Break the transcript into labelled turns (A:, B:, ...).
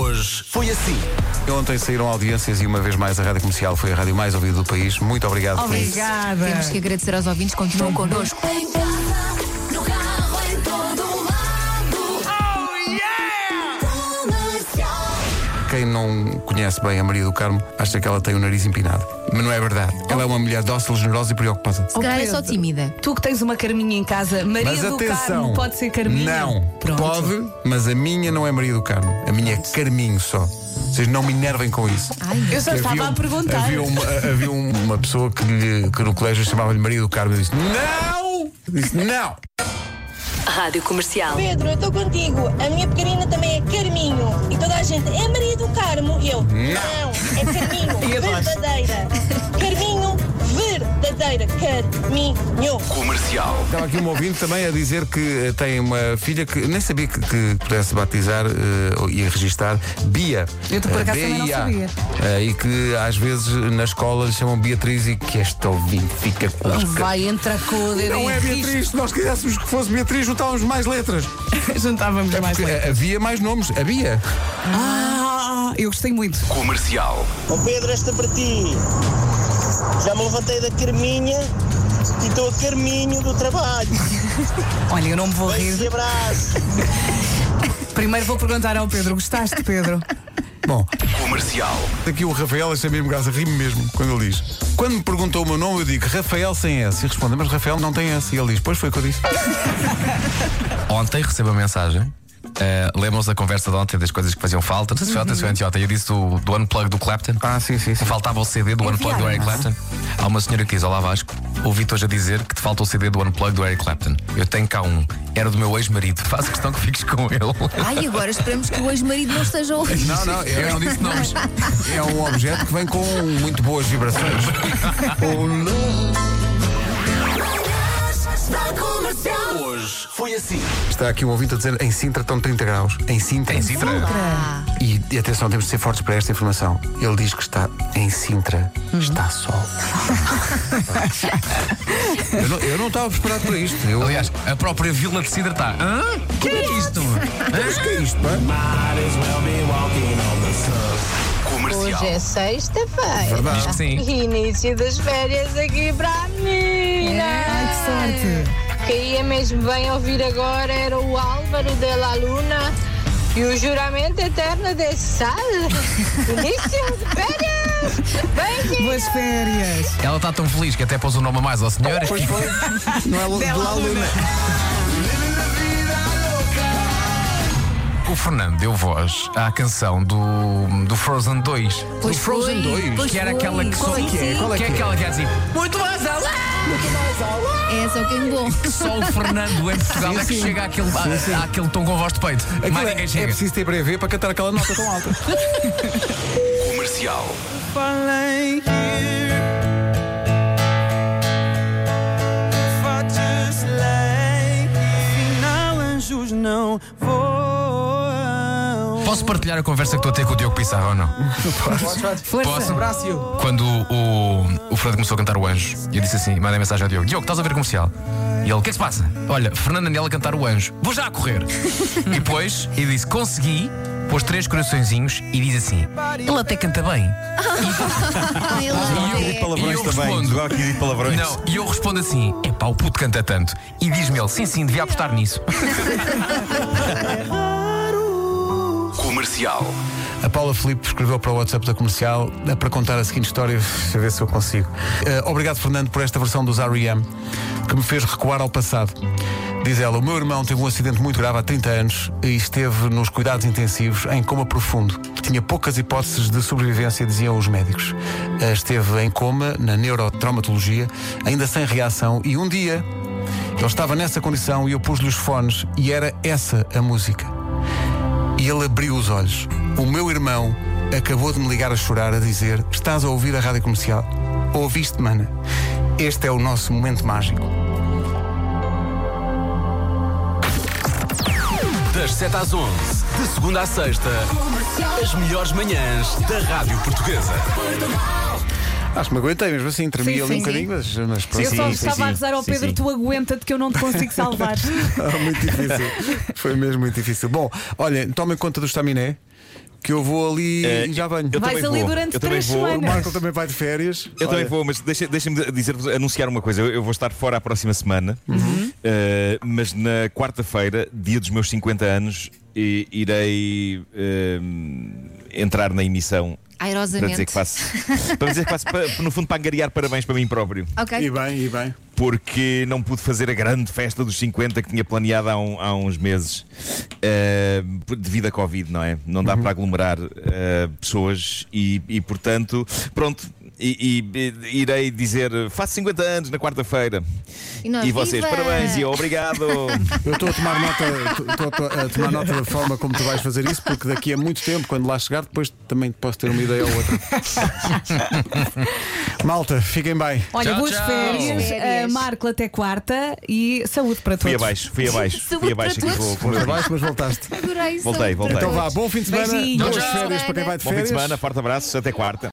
A: Hoje foi assim. Ontem saíram audiências e uma vez mais a Rádio Comercial foi a rádio mais ouvida do país. Muito obrigado por isso.
B: Obrigada.
C: Temos que agradecer aos ouvintes, continuam connosco.
D: Em casa, no carro, em todo lado. Comercial.
A: Quem não conhece bem a Maria do Carmo acha que ela tem o nariz empinado. Mas não é verdade. Ela é uma mulher dócil, generosa e preocupada.
C: Se calhar é só
B: Pedro.
C: tímida.
B: Tu que tens uma Carminha em casa, Oh, Maria
A: Mas
B: do
A: atenção,
B: Carmo pode ser Carminha?
A: Não,
B: Pronto.
A: pode, mas a minha não é Maria do Carmo. A minha é Carminho só. Vocês não me enervem com isso.
C: Ai,
B: Eu só
A: Que
B: estava
A: um-
B: a perguntar.
A: Havia uma, havia um- uma pessoa que, lhe- que no colégio chamava-lhe Maria do Carmo e disse: Não! Disse, não!
E: Rádio Comercial.
F: Pedro, eu estou contigo. A minha pequenina também é Carminho. E toda a gente é Maria do Carmo. E eu, não, é Carminho, verdadeira. Carminho, verdadeira. Carminho.
A: Estava aqui um ouvinte também a dizer que eh, tem uma filha que nem sabia que, que pudesse batizar eh, ou- e registar Bia.
B: Eu, por
A: Eh,
B: acaso, também não
A: B-I-A.
B: sabia.
A: Eh, e que às vezes na escola lhe chamam Beatriz e que esta ouvinte fica com os ca-
B: Vai, entra com o dedo
A: Não
B: em
A: é
B: risco.
A: Beatriz, se nós quiséssemos que fosse Beatriz, juntávamos mais letras.
B: Juntávamos mais
A: Porque, é.
B: leite.
A: eh, havia mais nomes, havia.
B: Ah, eu gostei muito.
G: Comercial.
H: Ó Pedro, esta para ti. Já me levantei da Carminha e estou a Carminho do trabalho.
B: Olha, eu não me vou
H: Beijos
B: rir.
A: é.
H: e abraços.
B: Primeiro vou perguntar ao Pedro: gostaste, Pedro?
A: Bom,
G: Comercial.
A: aqui o Rafael achei mesmo graça, rime mesmo quando ele diz. Quando me perguntou o meu nome, eu digo Rafael sem S. E responde, mas Rafael não tem S. E ele diz, pois foi o que eu disse.
I: Ontem recebo a mensagem. eh, Lembram-se da conversa de ontem das coisas que faziam falta? Não sei se foi ontem ou se foi anteontem. Eu disse do, do unplug do Clapton.
A: Uhum. Ah, sim, sim, sim.
I: Faltava o CD do unplug do Eric Clapton. Há uma senhora que diz: Olá Vasco, ouvi-te hoje a dizer que te falta o CD do unplug do Eric Clapton. Eu tenho cá um. Era do meu ex-marido. Faço questão que fiques com ele.
C: Ai, agora esperamos que o ex-marido não esteja a ouvir.
A: Não, não, Ah, eu não disse nomes. É um objeto que vem com muito boas vibrações.
D: Manhãs da Comercial.
A: Está aqui um ouvinte a dizer em Sintra estão 30 graus. Em Sintra.
I: Em Sintra.
A: E, e atenção, temos de ser fortes para esta informação. Ele diz que está em Sintra,
C: Uhum.
A: está sol. eu, não, eu não estava preparado para isto. Eu,
I: Aliás, a própria Vila de Cidra está.
A: Ah,
I: Hã? Que é isto?
A: mas que é isto, pá?
G: Comercial.
J: Hoje é sexta-feira.
I: Diz que sim.
J: Início das férias aqui para a mina.
B: É. Ai, que sorte.
J: Quem ia mesmo bem ouvir agora era o Álvaro de la Luna e o juramento eterno de Sal. Início de férias. Bem que
B: Boas férias.
I: Ela está tão feliz que até pôs o nome a mais ao senhor.
A: Não é lo-
B: Bela
A: lá
B: aluna.
A: aluna.
I: O Fernando deu voz à canção do, do Frozen 2.
C: Pois
I: do Frozen
C: foi,
I: 2,
C: pois
I: que era
C: foi.
I: aquela que só.
C: Qual é que é?
I: que
A: Qual é que é?
I: aquela que é assim? Muito mais além!
C: É só quem bom.
I: Só o Fernando em Portugal é que chega àquele, à- àquele tom com voz de peito. mais
A: Aquilo é,
I: ninguém
A: é
I: chega.
A: preciso ter breve para cantar aquela nota tão alta.
G: Comercial.
B: Falei.
H: Anjos não voam.
I: Posso partilhar a conversa que estou a ter com o Diogo Pissarro ou não?
B: Força.
I: Posso? Quando o, o Fernando começou a cantar o Anjo, eu disse assim: mandei mensagem ao Diogo: Diogo, estás a ver comercial? E ele: O que é que se passa? Olha, Fernando Daniel a cantar o Anjo, vou já a correr. e depois ele disse: Consegui, pôs três coraçõezinhos e diz assim: Ele até canta bem.
C: Ai, ele não é.
I: E eu respondo, Não, e eu respondo assim: é pá, o puto canta tanto. E diz-me ele: sim, sim, devia apostar nisso.
G: Comercial.
A: A Paula Filipe escreveu para o WhatsApp da comercial eh, para contar a seguinte história. Deixa eu ver se eu consigo. Eh, obrigado, Fernando, por esta versão dos R.E.M. que me fez recuar ao passado. Diz ela: O meu irmão teve um acidente muito grave há 30 anos e esteve nos cuidados intensivos em coma profundo. Tinha poucas hipóteses de sobrevivência, diziam os médicos. Eh, Esteve em coma, na neurotraumatologia, ainda sem reação, e um dia ele estava nessa condição e eu pus-lhe os fones e era essa a música. E ele abriu os olhos. O meu irmão acabou de me ligar a chorar, a dizer: Estás a ouvir a rádio comercial? Ouviste, mana? Este é o nosso momento mágico.
K: Das 7 às 11, de segunda à sexta, as melhores manhãs da Rádio Portuguesa.
A: Acho que me aguentei mesmo assim, tremi
B: Sim,
A: ali um
B: sim,
A: bocadinho, mas, mas pronto.
B: Eu só estava a rezar ao Pedro, tu aguenta-te que eu não te consigo salvar.
A: Ah, muito difícil. Foi mesmo muito difícil. Bom, olhem, tomem conta do estaminé. que eu vou ali
L: Eh,
A: e já venho.
L: eu Vais também ali vou, durante eu também três vou.
A: O
L: semanas.
A: Marco também vai de férias.
L: Eu também
A: Olha,
L: vou, mas deixa- deixem-me dizer-vos, anunciar uma coisa. Eu, eu vou estar fora a próxima semana, eh, mas na quarta-feira, dia dos meus 50 anos, i- irei eh, entrar na emissão.
C: Airosamente.
L: Para dizer que faço. para dizer que faço, para- no fundo, para angariar parabéns para mim próprio.
C: Ok. E
A: bem, e bem.
L: Porque não pude fazer a grande festa dos 50 que tinha planeado há, um- há uns meses, eh, por- devido à Covid, não é? Não dá para aglomerar eh, pessoas e, e, portanto, pronto. E, e- e- irei dizer, faço 50 anos na quarta-feira.
C: E nós,
L: vocês,
C: viva!
L: parabéns e eu, obrigado.
A: Eu estou a tomar nota, tô- tô a to- a tomar nota da forma como tu vais fazer isso, porque daqui a muito tempo, quando lá chegar, depois também posso ter uma ideia ou outra. Malta, fiquem bem.
M: Olha, boas férias,
C: Férias.
M: Uh, Marco até quarta e saúde para todos.
L: Fui abaixo, fui abaixo, fui abaixo aqui vou,
A: Foste abaixo, mas voltaste.
C: Adorei
L: Voltei, voltei.
A: Então vá, bom fim de semana,
M: Beijinhos.
A: boas férias para quem vai de
L: Bom fim de
A: férias.
L: semana, forte abraço, até quarta.